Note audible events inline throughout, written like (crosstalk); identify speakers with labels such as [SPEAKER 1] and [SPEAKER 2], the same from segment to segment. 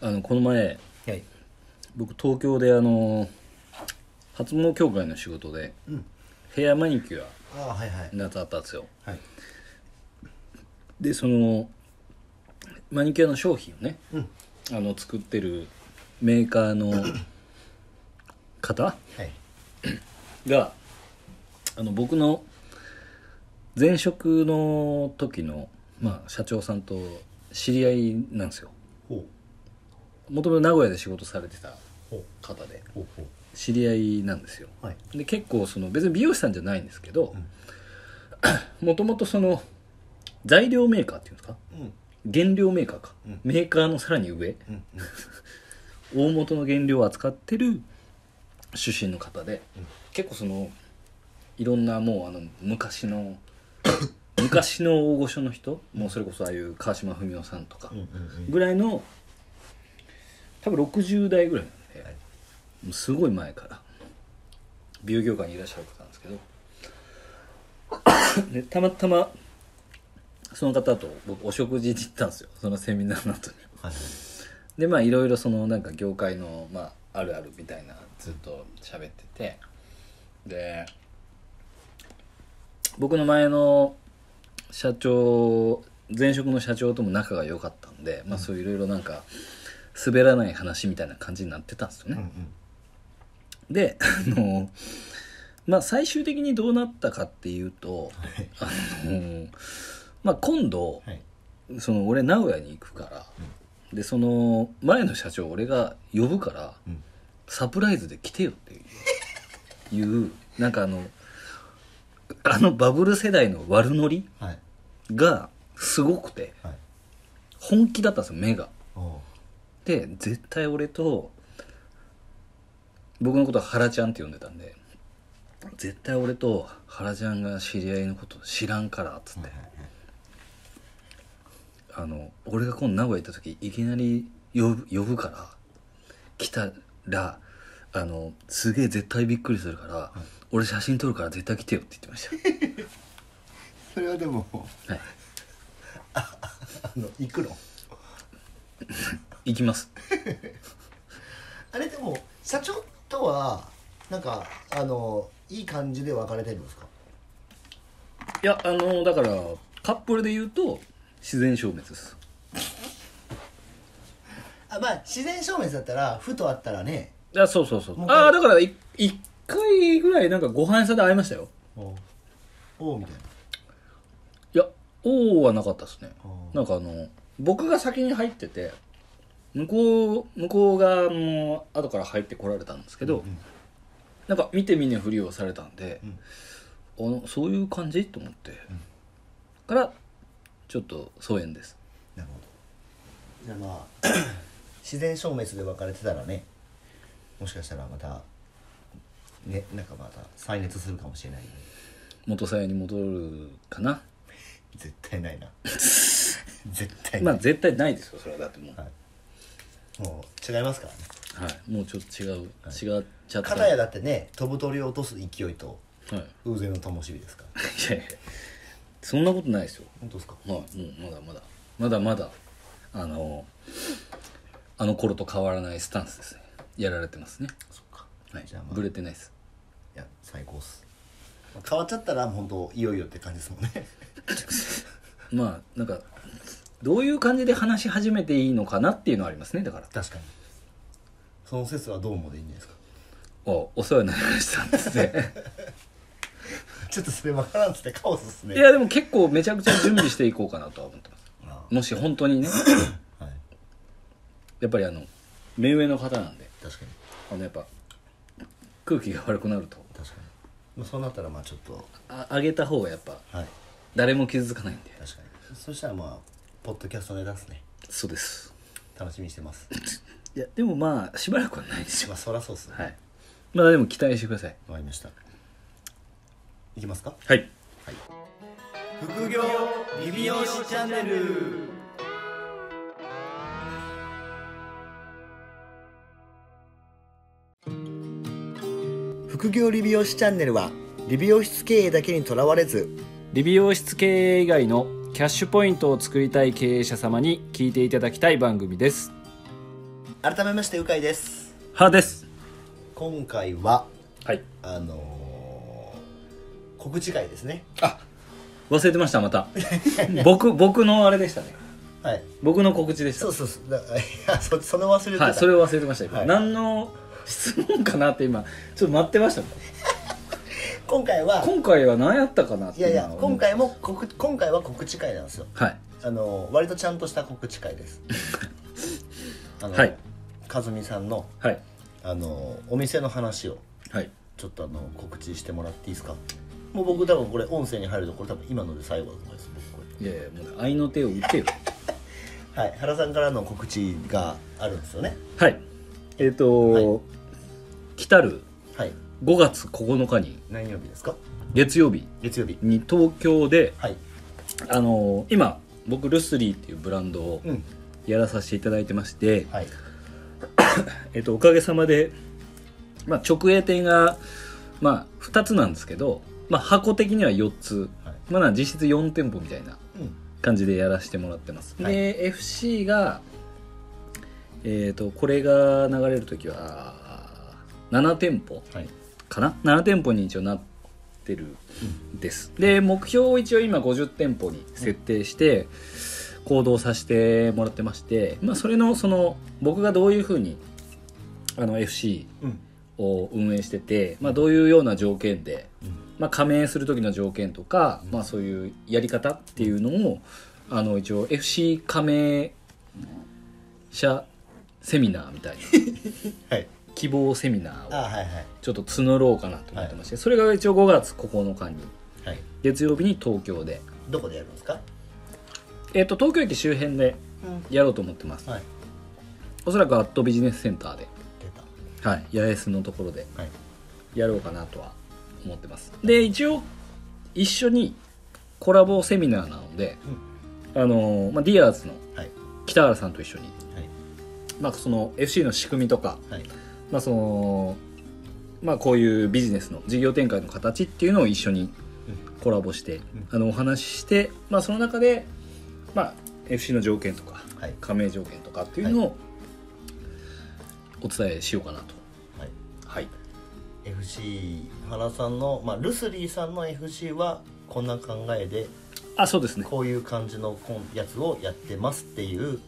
[SPEAKER 1] あのこの前
[SPEAKER 2] はい
[SPEAKER 1] 僕東京であの発毛協会の仕事で、ヘアマニキュア
[SPEAKER 2] ああはいはい
[SPEAKER 1] 夏あったんですよ
[SPEAKER 2] はい
[SPEAKER 1] でそのマニキュアの商品をね、
[SPEAKER 2] うん
[SPEAKER 1] あの作ってるメーカーの方
[SPEAKER 2] はい
[SPEAKER 1] があの僕の前職の時の、まあ、社長さんと知り合いなんですよ
[SPEAKER 2] ほう
[SPEAKER 1] もともと名古屋で仕事されてた
[SPEAKER 2] ほう
[SPEAKER 1] 方で
[SPEAKER 2] ほうほ
[SPEAKER 1] 知り合いなんですよ
[SPEAKER 2] うはい
[SPEAKER 1] で結構その別に美容師さんじゃないんですけど (coughs) もともとその材料メーカーっていうんですか
[SPEAKER 2] うん
[SPEAKER 1] 原料メーカーか、
[SPEAKER 2] うん
[SPEAKER 1] メーカーのさらに上
[SPEAKER 2] うんうん
[SPEAKER 1] (laughs) 大元の原料を扱ってる出身の方で、
[SPEAKER 2] うん
[SPEAKER 1] 結構そのいろんなもうあの昔の (coughs) 昔の大御所の人もうそれこそああいう川島文夫さんとか
[SPEAKER 2] うんうん
[SPEAKER 1] ぐらいの多分60代ぐらいなんで、
[SPEAKER 2] はい
[SPEAKER 1] もうすごい前から美容業界にいらっしゃる方なんですけどでたまたまその方と僕お食事に行ったんですよそのセミナーの後に
[SPEAKER 2] はい
[SPEAKER 1] でまあいろいろそのなんか業界の、まあ、あるあるみたいなずっと喋っててで僕の前の社長前職の社長とも仲が良かったんで、まあ、そういろいろなんか滑らない話みたいな感じになってたんですよ
[SPEAKER 2] うんう
[SPEAKER 1] ね、
[SPEAKER 2] ん
[SPEAKER 1] であのまあ最終的にどうなったかっていうと
[SPEAKER 2] はい
[SPEAKER 1] あのまあ今度
[SPEAKER 2] はい
[SPEAKER 1] その俺名古屋に行くから、でその前の社長俺が呼ぶから
[SPEAKER 2] うん
[SPEAKER 1] サプライズで来てよっていういうなんかあのあのバブル世代の悪ノリ
[SPEAKER 2] はい
[SPEAKER 1] がすごくて
[SPEAKER 2] はい
[SPEAKER 1] 本気だったんですよ目が
[SPEAKER 2] おお
[SPEAKER 1] で絶対俺と僕のことは原ちゃんって呼んでたんで絶対俺と原ちゃんが知り合いのこと知らんからっつって、
[SPEAKER 2] はいはい
[SPEAKER 1] あの俺が今度名古屋行った時いきなり呼ぶ呼ぶから来たらあのすげえ絶対びっくりするから、俺写真撮るから絶対来てよって言ってまし
[SPEAKER 2] (laughs) それはでも (laughs)
[SPEAKER 1] たはい
[SPEAKER 2] あの行くの
[SPEAKER 1] 行きます
[SPEAKER 2] あれでも社長とはなんかあのいい感じで別れてるんですか
[SPEAKER 1] いやあのだからカップルで言うと自然消滅です
[SPEAKER 2] あまあ自然消滅だったらふとあったらね
[SPEAKER 1] あそうそうそう
[SPEAKER 2] もう一回
[SPEAKER 1] ああだからい一回ぐらいなんかご飯屋さんで会いましたよ
[SPEAKER 2] おおうみたいない
[SPEAKER 1] やおーはなかったですね
[SPEAKER 2] おう
[SPEAKER 1] なんかあの僕が先に入ってて向こう向こうがもう後から入ってこられたんですけど、
[SPEAKER 2] うん
[SPEAKER 1] なんか見て見ぬふりをされたんで
[SPEAKER 2] う、ん
[SPEAKER 1] あのそういう感じと思って、からちょっと疎遠です
[SPEAKER 2] なるほどじゃあまあ (clears throat) 自然消滅で別れてたらねもしかしたらまたねなんかまた再熱するかもしれないよね
[SPEAKER 1] 元さやに戻るかな
[SPEAKER 2] 絶対ない (laughs) な絶対
[SPEAKER 1] ま
[SPEAKER 2] な
[SPEAKER 1] あ
[SPEAKER 2] い、
[SPEAKER 1] 絶対ないですよそれはだってもう、
[SPEAKER 2] はい、もう違いますからね
[SPEAKER 1] はい、もうちょっと違う、違っちゃった
[SPEAKER 2] 片やだってね飛ぶ鳥を落とす勢いと
[SPEAKER 1] はい、い
[SPEAKER 2] 風前の灯火ですから
[SPEAKER 1] やいやそんなことないですよ
[SPEAKER 2] 本当ですか
[SPEAKER 1] はい、もうまだまだまだまだあのあの頃と変わらないスタンスですねやられてますね
[SPEAKER 2] そっか
[SPEAKER 1] はい
[SPEAKER 2] じゃあ、まあ
[SPEAKER 1] ぶれてないです
[SPEAKER 2] いや最高っす、まあ変わっちゃったらもう本当いよいよって感じですもんね
[SPEAKER 1] まあなんかどういう感じで話し始めていいのかなっていうのはありますねだから
[SPEAKER 2] 確かにその説はどうもでいいんじゃないですか
[SPEAKER 1] おお世話になりましたんですね (laughs)
[SPEAKER 2] ちょっとそれ分からんっつってカオスっすね
[SPEAKER 1] いやでも結構めちゃくちゃ準備していこうかなとは思ってます
[SPEAKER 2] あ
[SPEAKER 1] もし本当に (laughs) ね
[SPEAKER 2] あはい
[SPEAKER 1] やっぱりあの目上の方なんで
[SPEAKER 2] 確かに
[SPEAKER 1] あのやっぱ空気が悪くなると
[SPEAKER 2] 確かに、まあ、そうなったらまあちょっと
[SPEAKER 1] あ上げた方がやっぱ
[SPEAKER 2] はい
[SPEAKER 1] 誰も傷つかないんで
[SPEAKER 2] 確かにそしたらまあポッドキャストネタっすね
[SPEAKER 1] そうです
[SPEAKER 2] 楽しみにしてます
[SPEAKER 1] いやでもまあしばらくはないですよ
[SPEAKER 2] まあそらそうっすね
[SPEAKER 1] はいまあでも期待してください
[SPEAKER 2] わかりましたいきますか
[SPEAKER 1] はい
[SPEAKER 2] 副業リビオシチャンネル副業理美容師チャンネルは理美容室経営だけにとらわれず
[SPEAKER 3] 理美容室経営以外のキャッシュポイントを作りたい経営者様に聞いていただきたい番組です
[SPEAKER 2] 改めましてうかいです
[SPEAKER 3] はです
[SPEAKER 2] 今回は
[SPEAKER 3] はい
[SPEAKER 2] あのー、告知会ですね
[SPEAKER 1] あ忘れてましたま
[SPEAKER 2] (laughs)
[SPEAKER 1] た僕僕のあれでしたね
[SPEAKER 2] はい
[SPEAKER 1] 僕の告知でし
[SPEAKER 2] そう
[SPEAKER 1] た
[SPEAKER 2] そうそうだ (laughs) いやそそれ忘れてた、
[SPEAKER 1] はいそれを忘れてました、今
[SPEAKER 2] はい
[SPEAKER 1] 何の質問かなって今ちょっと待ってましたもん
[SPEAKER 2] 今回は
[SPEAKER 1] 今回は何やったかなって
[SPEAKER 2] いやいや
[SPEAKER 1] 思って
[SPEAKER 2] 今回も告今回は告知会なんですよ
[SPEAKER 1] はい
[SPEAKER 2] あの割とちゃんとした告知会です (laughs) あの、
[SPEAKER 1] はい
[SPEAKER 2] かずみさんの
[SPEAKER 1] はい
[SPEAKER 2] あのお店の話を
[SPEAKER 1] はい
[SPEAKER 2] ちょっとあの告知してもらっていいですかもう僕多分これ音声に入るとこれ多分今ので最後だと思います僕こ
[SPEAKER 1] いやいやもう愛の手を打ってよ
[SPEAKER 2] れはい原さんからの告知があるんですよね
[SPEAKER 1] はいえっ、と、
[SPEAKER 2] はい
[SPEAKER 1] 来たる
[SPEAKER 2] はい
[SPEAKER 1] 5月9日に
[SPEAKER 2] 何曜日ですか
[SPEAKER 1] 月曜日
[SPEAKER 2] 月曜日
[SPEAKER 1] に東京で
[SPEAKER 2] はい
[SPEAKER 1] あのー今僕ルスリーっていうブランドを
[SPEAKER 2] うん
[SPEAKER 1] やらさせていただいてまして、
[SPEAKER 2] はい
[SPEAKER 1] えっと、おかげさまで、まあ、直営店が、まあ、2つなんですけど、まあ、箱的には4つ、
[SPEAKER 2] はい
[SPEAKER 1] まあ、なんか実質4店舗みたいな
[SPEAKER 2] うん
[SPEAKER 1] 感じでやらせてもらってます、
[SPEAKER 2] はい
[SPEAKER 1] で FC が、えっとこれが流れる時は7店舗
[SPEAKER 2] はい
[SPEAKER 1] かな7店舗に一応なってるんです、で目標を一応今50店舗に設定して行動させてもらってまして、まあ、それのその僕がどういうふうにあの FC
[SPEAKER 2] うん
[SPEAKER 1] を運営してて、まあ、どういうような条件で、
[SPEAKER 2] うん
[SPEAKER 1] まあ、加盟する時の条件とか、まあ、そういうやり方っていうのをあの一応 FC 加盟者セミナーみたいな (laughs)
[SPEAKER 2] はい
[SPEAKER 1] 希望セミナーを
[SPEAKER 2] あはいはい
[SPEAKER 1] ちょっと募ろうかなと思ってまして、それが一応5月9日に
[SPEAKER 2] はい
[SPEAKER 1] 月曜日に東京で、
[SPEAKER 2] どこでやるんですか
[SPEAKER 1] えっと東京駅周辺で
[SPEAKER 2] うん
[SPEAKER 1] やろうと思ってます
[SPEAKER 2] はい
[SPEAKER 1] おそらくアットビジネスセンターで、
[SPEAKER 2] 出
[SPEAKER 1] はい、八重洲のところで
[SPEAKER 2] たはい
[SPEAKER 1] やろうかなとは思ってますで一応一緒にコラボセミナーなので、あのーまあ、ディアーズの
[SPEAKER 2] はい
[SPEAKER 1] 北原さんと一緒に、
[SPEAKER 2] はい
[SPEAKER 1] まあ、その FC の仕組みとか、
[SPEAKER 2] はい
[SPEAKER 1] まあそのまあ、こういうビジネスの事業展開の形っていうのを一緒にコラボして、
[SPEAKER 2] うん
[SPEAKER 1] あのお話しして、まあ、その中で、まあ、FC の条件とか
[SPEAKER 2] はい
[SPEAKER 1] 加盟条件とかっていうのをお伝えしようかなと
[SPEAKER 2] はい
[SPEAKER 1] はい、
[SPEAKER 2] FC 原さんの、まあ、ルスリーさんの FC はこんな考えで
[SPEAKER 1] あそうですね
[SPEAKER 2] こういう感じのコンやつをやってますっていう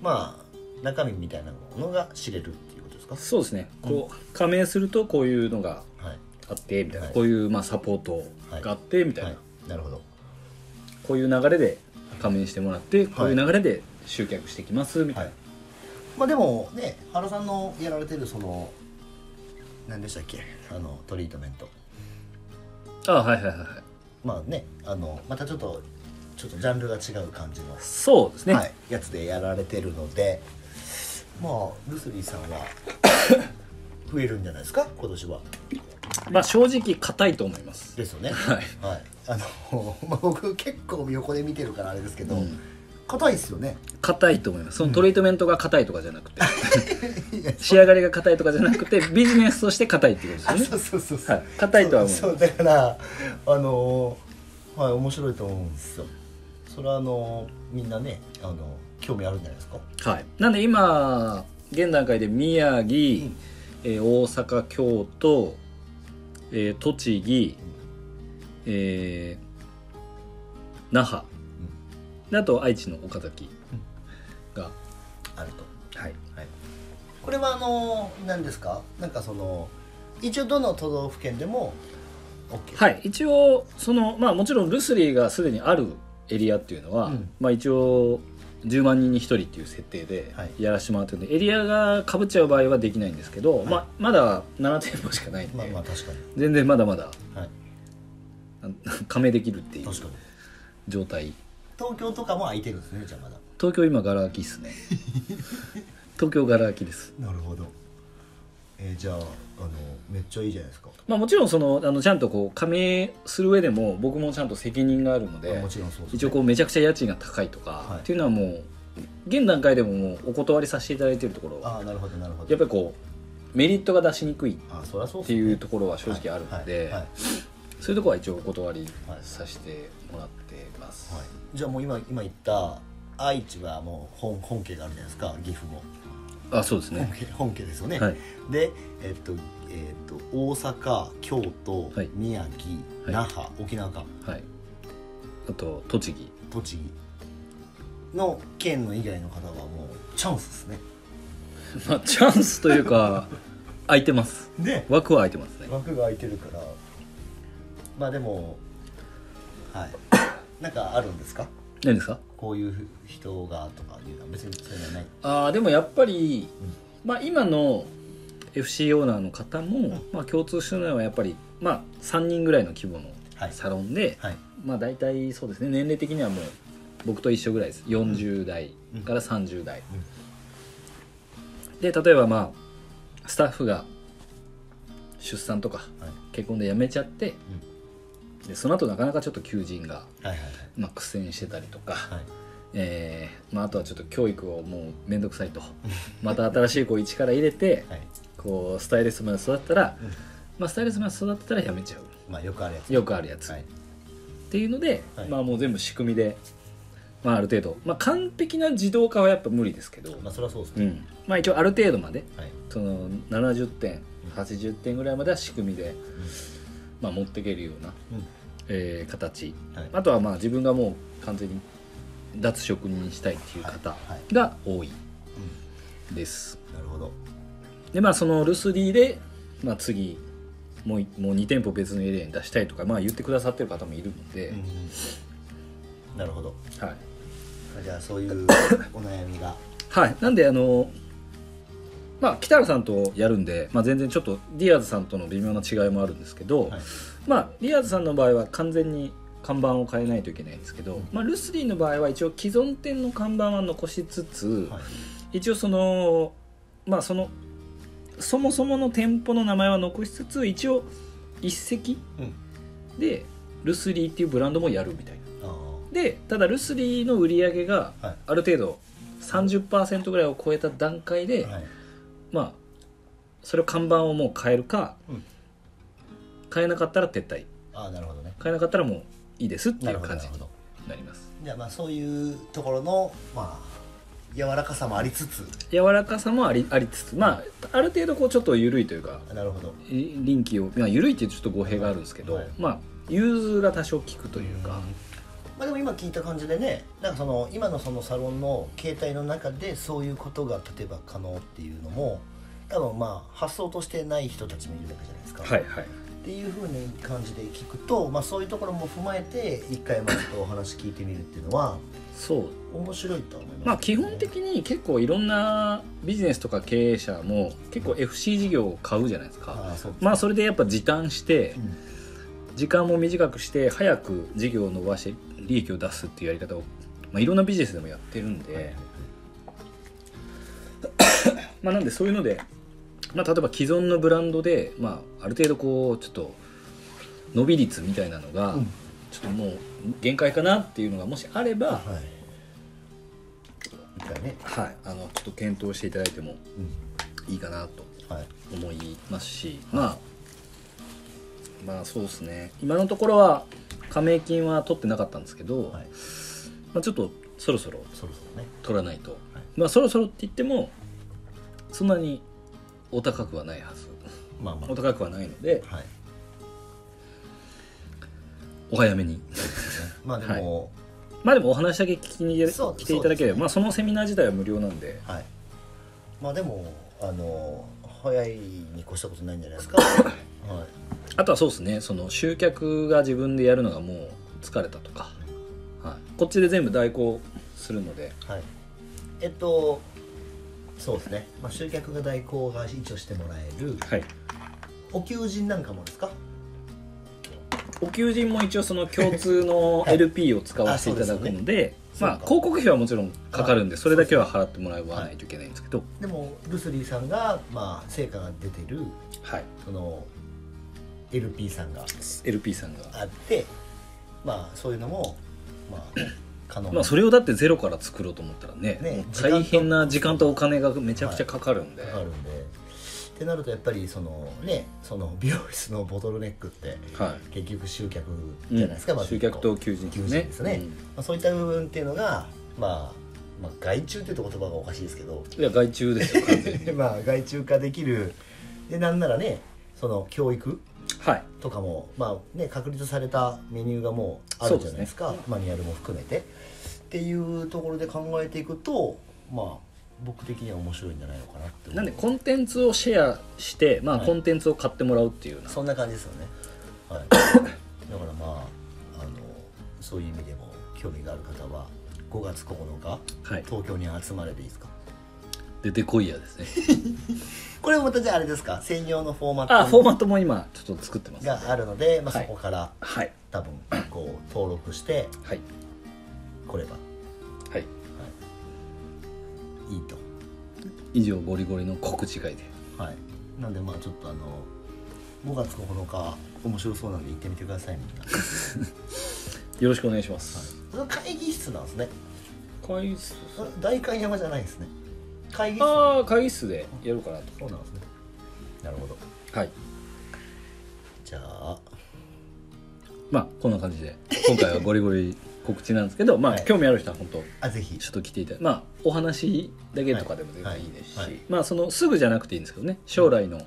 [SPEAKER 2] まあ中身みたいなものが知れるっていうことですか
[SPEAKER 1] そうですねこう加盟するとこういうのが
[SPEAKER 2] はい
[SPEAKER 1] あってみたいな、
[SPEAKER 2] はい
[SPEAKER 1] こういうまあサポートがあってみたいな、
[SPEAKER 2] はいなるほど
[SPEAKER 1] こういう流れで加盟してもらってこういう流れで集客していきますみたい
[SPEAKER 2] は
[SPEAKER 1] な、
[SPEAKER 2] い (laughs) まあでもね原さんのやられてるその何でしたっけあのトリートメント
[SPEAKER 1] あはいはいはいはい
[SPEAKER 2] まあねあのまたちょっとちょっとジャンルが違う感じの
[SPEAKER 1] そうですね、
[SPEAKER 2] はい、やつでやられてるのでまあルスリーさん
[SPEAKER 1] (coughs)
[SPEAKER 2] は増えるんじゃないですか今年は
[SPEAKER 1] まあ正直硬いと思います
[SPEAKER 2] ですよね
[SPEAKER 1] はい
[SPEAKER 2] はいあの、 (laughs) まあ、僕結構横で見てるからあれですけど
[SPEAKER 1] うん
[SPEAKER 2] 硬、いですよね
[SPEAKER 1] 硬いと思いますそのトリートメントが硬いとかじゃなく
[SPEAKER 2] (laughs)
[SPEAKER 1] て仕上がりが硬いとかじゃなくてビジネスとして硬いってことです
[SPEAKER 2] (laughs) そ
[SPEAKER 1] よ
[SPEAKER 2] う
[SPEAKER 1] ね
[SPEAKER 2] そうそうそう
[SPEAKER 1] はい硬いとは思う
[SPEAKER 2] そうそうだからあのはい面白いと思うんですよそれはあのみんなねあの興味あるんじゃないですか
[SPEAKER 1] はいなんで今現段階で宮城、
[SPEAKER 2] ん
[SPEAKER 1] えー大阪京都、えー栃木、えー那覇、であと愛知の岡崎が、
[SPEAKER 2] あると
[SPEAKER 1] はい
[SPEAKER 2] はい、これはあの何ですかなんかその一応どの都道府県でも OK
[SPEAKER 1] はい、一応その、まあ、もちろんルスリーがすでにあるエリアっていうのは、
[SPEAKER 2] うん
[SPEAKER 1] まあ、一応10万人に1人っていう設定で
[SPEAKER 2] はい
[SPEAKER 1] やらせてもらってるんで、エリアがかぶっちゃう場合はできないんですけど、
[SPEAKER 2] い
[SPEAKER 1] まあ、まだ7店舗しかないんで、
[SPEAKER 2] まあまあ確かに
[SPEAKER 1] 全然まだまだ
[SPEAKER 2] はい
[SPEAKER 1] あの加盟できるっていう
[SPEAKER 2] 確かに
[SPEAKER 1] 状態
[SPEAKER 2] 東京とかも空いてるんですねじゃあまだ
[SPEAKER 1] 東京今ガラ空きっ
[SPEAKER 2] (laughs)
[SPEAKER 1] すね東京ガラ空きです
[SPEAKER 2] なるほどえーじゃああのめっちゃいいじゃないですか、
[SPEAKER 1] まあもちろんそのあのちゃんとこう加盟する上でも僕もちゃんと責任があるので
[SPEAKER 2] あもちろんそうです、ね、
[SPEAKER 1] 一応こうめちゃくちゃ家賃が高いとか、
[SPEAKER 2] は
[SPEAKER 1] っ
[SPEAKER 2] い
[SPEAKER 1] ていうのはもう現段階でももうお断りさせていただいてるところは
[SPEAKER 2] ああなるほどなるほど
[SPEAKER 1] やっぱりこうメリットが出しにくいっ
[SPEAKER 2] あそりゃそう
[SPEAKER 1] ていうと
[SPEAKER 2] こ
[SPEAKER 1] ころは正直あるので、
[SPEAKER 2] はいはいはい
[SPEAKER 1] そういうところは一応お断りさせてもらってます、
[SPEAKER 2] はいじゃあもう今今言った愛知はもう本本家があるじゃないですか岐阜も
[SPEAKER 1] あそうですね
[SPEAKER 2] 本家本家ですよね、
[SPEAKER 1] はい
[SPEAKER 2] でえっとえっと大阪京都、
[SPEAKER 1] はい
[SPEAKER 2] 宮城
[SPEAKER 1] はい
[SPEAKER 2] 那覇沖縄か
[SPEAKER 1] はいあと栃木
[SPEAKER 2] 栃木の県の以外の方はもうチャンスですね
[SPEAKER 1] まあチャンスという
[SPEAKER 2] (laughs)
[SPEAKER 1] か空いてます
[SPEAKER 2] ね
[SPEAKER 1] 枠は空いてますね
[SPEAKER 2] 枠が空いてるからまあでも
[SPEAKER 1] (coughs)
[SPEAKER 2] はいなんかあるんですか
[SPEAKER 1] 何ですか
[SPEAKER 2] こういう人がとかいうのは別にそういうのはない
[SPEAKER 1] あーでもやっぱり、まあ、今の FC オーナーの方も、まあ、共通してるのはやっぱり、まあ、3人ぐらいの規模の
[SPEAKER 2] はい
[SPEAKER 1] サロンで、
[SPEAKER 2] はい
[SPEAKER 1] まあ、大体そうですね年齢的にはもう僕と一緒ぐらいです40代
[SPEAKER 2] うん
[SPEAKER 1] から30代、で例えばまあスタッフが出産とか
[SPEAKER 2] はい
[SPEAKER 1] 結婚で辞めちゃって、でその後なかなかちょっと求人が、
[SPEAKER 2] はいはい
[SPEAKER 1] まあ、苦戦してたりとか、
[SPEAKER 2] はい
[SPEAKER 1] えーまあ、あとはちょっと教育をもう面倒くさいと (laughs) また新しい子を一から入れて
[SPEAKER 2] はいはい
[SPEAKER 1] こうスタイリストまで育ったら、
[SPEAKER 2] うん
[SPEAKER 1] まあ、スタイリストまで育ってたらやめちゃう
[SPEAKER 2] まあよくあるやつ
[SPEAKER 1] よくあるやつ、
[SPEAKER 2] はい
[SPEAKER 1] っていうので、
[SPEAKER 2] はい
[SPEAKER 1] まあ、もう全部仕組みで、まあ、ある程度、まあ、完璧な自動化はやっぱ無理ですけど、
[SPEAKER 2] まあそれはそうです
[SPEAKER 1] う
[SPEAKER 2] ね、
[SPEAKER 1] んまあ、一応ある程度まで
[SPEAKER 2] はい
[SPEAKER 1] その70点
[SPEAKER 2] うん
[SPEAKER 1] 80点ぐらいまでは仕組みで、まあ、持っていけるような、
[SPEAKER 2] う
[SPEAKER 1] えー形
[SPEAKER 2] んはい
[SPEAKER 1] あとはまあ自分がもう完全に脱職人したいっていう方
[SPEAKER 2] はいはい
[SPEAKER 1] が多いです。
[SPEAKER 2] なるほど
[SPEAKER 1] でまあそのルスリーで、まあ、次もういもう2店舗別のエリアに出したいとか、まあ、言ってくださってる方もいるので、
[SPEAKER 2] なるほど
[SPEAKER 1] はい
[SPEAKER 2] じゃあそういうお悩みが
[SPEAKER 1] はい、なんであのまあ北原さんとやるんで、まあ、全然ちょっとディアーズさんとの微妙な違いもあるんですけど、
[SPEAKER 2] はい
[SPEAKER 1] まあディアーズさんの場合は完全に看板を変えないといけないんですけど、まあ、ルスリーの場合は一応既存店の看板は残しつつ、
[SPEAKER 2] はい
[SPEAKER 1] 一応そのまあそのそもそもの店舗の名前は残しつつ一応一石
[SPEAKER 2] うん
[SPEAKER 1] でルスリーっていうブランドもやるみたいな。
[SPEAKER 2] ああ
[SPEAKER 1] でただルスリーの売り上げが
[SPEAKER 2] はい
[SPEAKER 1] ある程度30%ぐらいを超えた段階で、
[SPEAKER 2] はい
[SPEAKER 1] まあそれを看板をもう変えるか、
[SPEAKER 2] うん
[SPEAKER 1] 変えなかったら撤退
[SPEAKER 2] ああなるほどね
[SPEAKER 1] 変えなかったらもういいですって
[SPEAKER 2] ないる
[SPEAKER 1] う
[SPEAKER 2] ほど
[SPEAKER 1] 感
[SPEAKER 2] な
[SPEAKER 1] じ
[SPEAKER 2] るほ
[SPEAKER 1] に
[SPEAKER 2] ど
[SPEAKER 1] なります
[SPEAKER 2] じゃあまあそういうところのまあ柔らかさもありつつ
[SPEAKER 1] 柔らかさもありありつつまあある程度こうちょっと緩いというか
[SPEAKER 2] あなるほど
[SPEAKER 1] い臨機を、まあ、緩いっていうとちょっと語弊があるんですけど、
[SPEAKER 2] はい
[SPEAKER 1] まあ融通が多少効くというか、
[SPEAKER 2] まあでも今聞いた感じでねなんかその今のそのサロンの形態の中でそういうことが例えば可能っていうのも多分まあ発想としてない人たちもいるわけじゃないですか、
[SPEAKER 1] はいはい
[SPEAKER 2] っていうふうに感じで聞くと、まあ、そういうところも踏まえて一回まあちょっとお話聞いてみるっていうのは
[SPEAKER 1] そう
[SPEAKER 2] 面白いとは思います、
[SPEAKER 1] まあ基本的に結構いろんなビジネスとか経営者も結構 FC 事業を買うじゃないですか。
[SPEAKER 2] ああそう
[SPEAKER 1] まあそれでやっぱ時短して
[SPEAKER 2] うん
[SPEAKER 1] 時間も短くして早く事業を伸ばして利益を出すっていうやり方を、まあ、いろんなビジネスでもやってるんで、まあ、なんでそういうので、まあ、例えば既存のブランドで、まあ、ある程度こうちょっと伸び率みたいなのが
[SPEAKER 2] うん
[SPEAKER 1] ちょっともう限界かなっていうのがもしあれば、
[SPEAKER 2] はい一回ね、
[SPEAKER 1] はい、あのちょっと検討していただいても
[SPEAKER 2] うん
[SPEAKER 1] いいかなと
[SPEAKER 2] はい
[SPEAKER 1] 思いますし、まあまあそうですね今のところは加盟金は取ってなかったんですけど、
[SPEAKER 2] はい
[SPEAKER 1] まあ、ちょっとそろそろ
[SPEAKER 2] そろそろね
[SPEAKER 1] 取らないと、
[SPEAKER 2] はい
[SPEAKER 1] まあそろそろって言ってもそんなにお高くはないはず
[SPEAKER 2] まあまあ
[SPEAKER 1] お高くはないので
[SPEAKER 2] はい
[SPEAKER 1] お早めに
[SPEAKER 2] まあでも、
[SPEAKER 1] まあでもお話だけ聞きに
[SPEAKER 2] そう
[SPEAKER 1] 来ていただければ、
[SPEAKER 2] そうですね
[SPEAKER 1] まあそのセミナー自体は無料なんで
[SPEAKER 2] はい、まあでもあの早いに越したことないんじゃないですかはい
[SPEAKER 1] あとはそうですねその集客が自分でやるのがもう疲れたとか、はい、こっちで全部代行するので
[SPEAKER 2] はい、えっとそうですね、まあ、集客が代行が一応してもらえる
[SPEAKER 1] はい
[SPEAKER 2] お求人なんかもですか
[SPEAKER 1] お求人も一応その共通の LP を使わせていただくので
[SPEAKER 2] そう
[SPEAKER 1] ま
[SPEAKER 2] です
[SPEAKER 1] あ
[SPEAKER 2] ね
[SPEAKER 1] 広告費はもちろんかかるんでそれだけは払ってもらわないといけないんですけど
[SPEAKER 2] でもルスリーさんが、まあ、成果が出てる
[SPEAKER 1] はい
[SPEAKER 2] その LP さんが
[SPEAKER 1] LP さんが
[SPEAKER 2] あってまあそういうのもまあ可能
[SPEAKER 1] まあそれをだってゼロから作ろうと思ったらね
[SPEAKER 2] ね
[SPEAKER 1] もう大変な時間とお金がめちゃくちゃかかるんで、
[SPEAKER 2] あるんでってなるとやっぱりそのねその美容室のボトルネックって
[SPEAKER 1] は
[SPEAKER 2] 結局集客
[SPEAKER 1] い
[SPEAKER 2] じゃないですか、まず
[SPEAKER 1] 集客と求人
[SPEAKER 2] 求人ですね、
[SPEAKER 1] うん
[SPEAKER 2] まあ、そういった部分っていうのがまあまあ、害虫って言うと言葉がおかしいですけど (laughs)
[SPEAKER 1] いや外注ですよ完全に
[SPEAKER 2] まあ害虫化できるでなんならねその教育
[SPEAKER 1] はい
[SPEAKER 2] とかも、まあね、確立されたメニューがもうあるじゃないですかマニュアルも含めてっていうところで考えていくとまあ僕的には面白いんじゃないのかなって思う
[SPEAKER 1] なんでコンテンツをシェアして、まあ、
[SPEAKER 2] はい
[SPEAKER 1] コンテンツを買ってもらうっていうような、
[SPEAKER 2] そんな感じですよね、はい、
[SPEAKER 1] (coughs)
[SPEAKER 2] だからまああのそういう意味でも興味がある方は5月9日
[SPEAKER 1] はい、
[SPEAKER 2] 東京に集まれでいいですか
[SPEAKER 1] 出てこいやですね
[SPEAKER 2] (laughs) これもまたじゃああれですか専用のフォーマ
[SPEAKER 1] あフォーマ
[SPEAKER 2] ッ
[SPEAKER 1] ットも今ちょっと作ってま
[SPEAKER 2] ト
[SPEAKER 1] す
[SPEAKER 2] があるので、まあ、そ
[SPEAKER 1] はい
[SPEAKER 2] こから
[SPEAKER 1] はい
[SPEAKER 2] 多分こう登録して
[SPEAKER 1] はい
[SPEAKER 2] これば
[SPEAKER 1] はい
[SPEAKER 2] いいと
[SPEAKER 1] 以上ゴリゴリの告知会で
[SPEAKER 2] はいなんでまあちょっとあの5月9日面白そうなんで行ってみてくださいみんな、
[SPEAKER 1] よろしくお願いします、
[SPEAKER 2] その会議室なんですね
[SPEAKER 1] 会議室
[SPEAKER 2] 大観山じゃないですね会議室そ
[SPEAKER 1] ああ会議室でやろうかなと
[SPEAKER 2] うなんですねなるほど
[SPEAKER 1] はい
[SPEAKER 2] じゃあ
[SPEAKER 1] まあこんな感じで今回はゴリゴリ告知なんですけど、まあ
[SPEAKER 2] はい
[SPEAKER 1] 興味ある人は本当
[SPEAKER 2] あぜひ
[SPEAKER 1] ちょっと来ていただいてまあお話だけとかでも全
[SPEAKER 2] はい
[SPEAKER 1] 然いいですし、
[SPEAKER 2] はいはい
[SPEAKER 1] まあそのすぐじゃなくていいんですけどね将来の
[SPEAKER 2] はい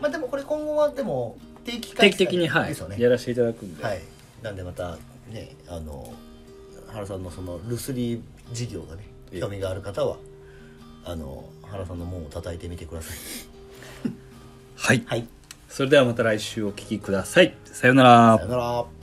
[SPEAKER 2] まあでもこれ今後はでも定期
[SPEAKER 1] 定
[SPEAKER 2] 開催
[SPEAKER 1] 期的に、はい
[SPEAKER 2] ですよね
[SPEAKER 1] やらせていただくんで、
[SPEAKER 2] はいなんでまたねあの原さんのそのルスリー事業がね
[SPEAKER 1] ええ
[SPEAKER 2] 興味がある方はあの原さんの門を叩いてみてください
[SPEAKER 1] はい
[SPEAKER 2] はい
[SPEAKER 1] それではまた来週お聞きくださいさようなら
[SPEAKER 2] さよなら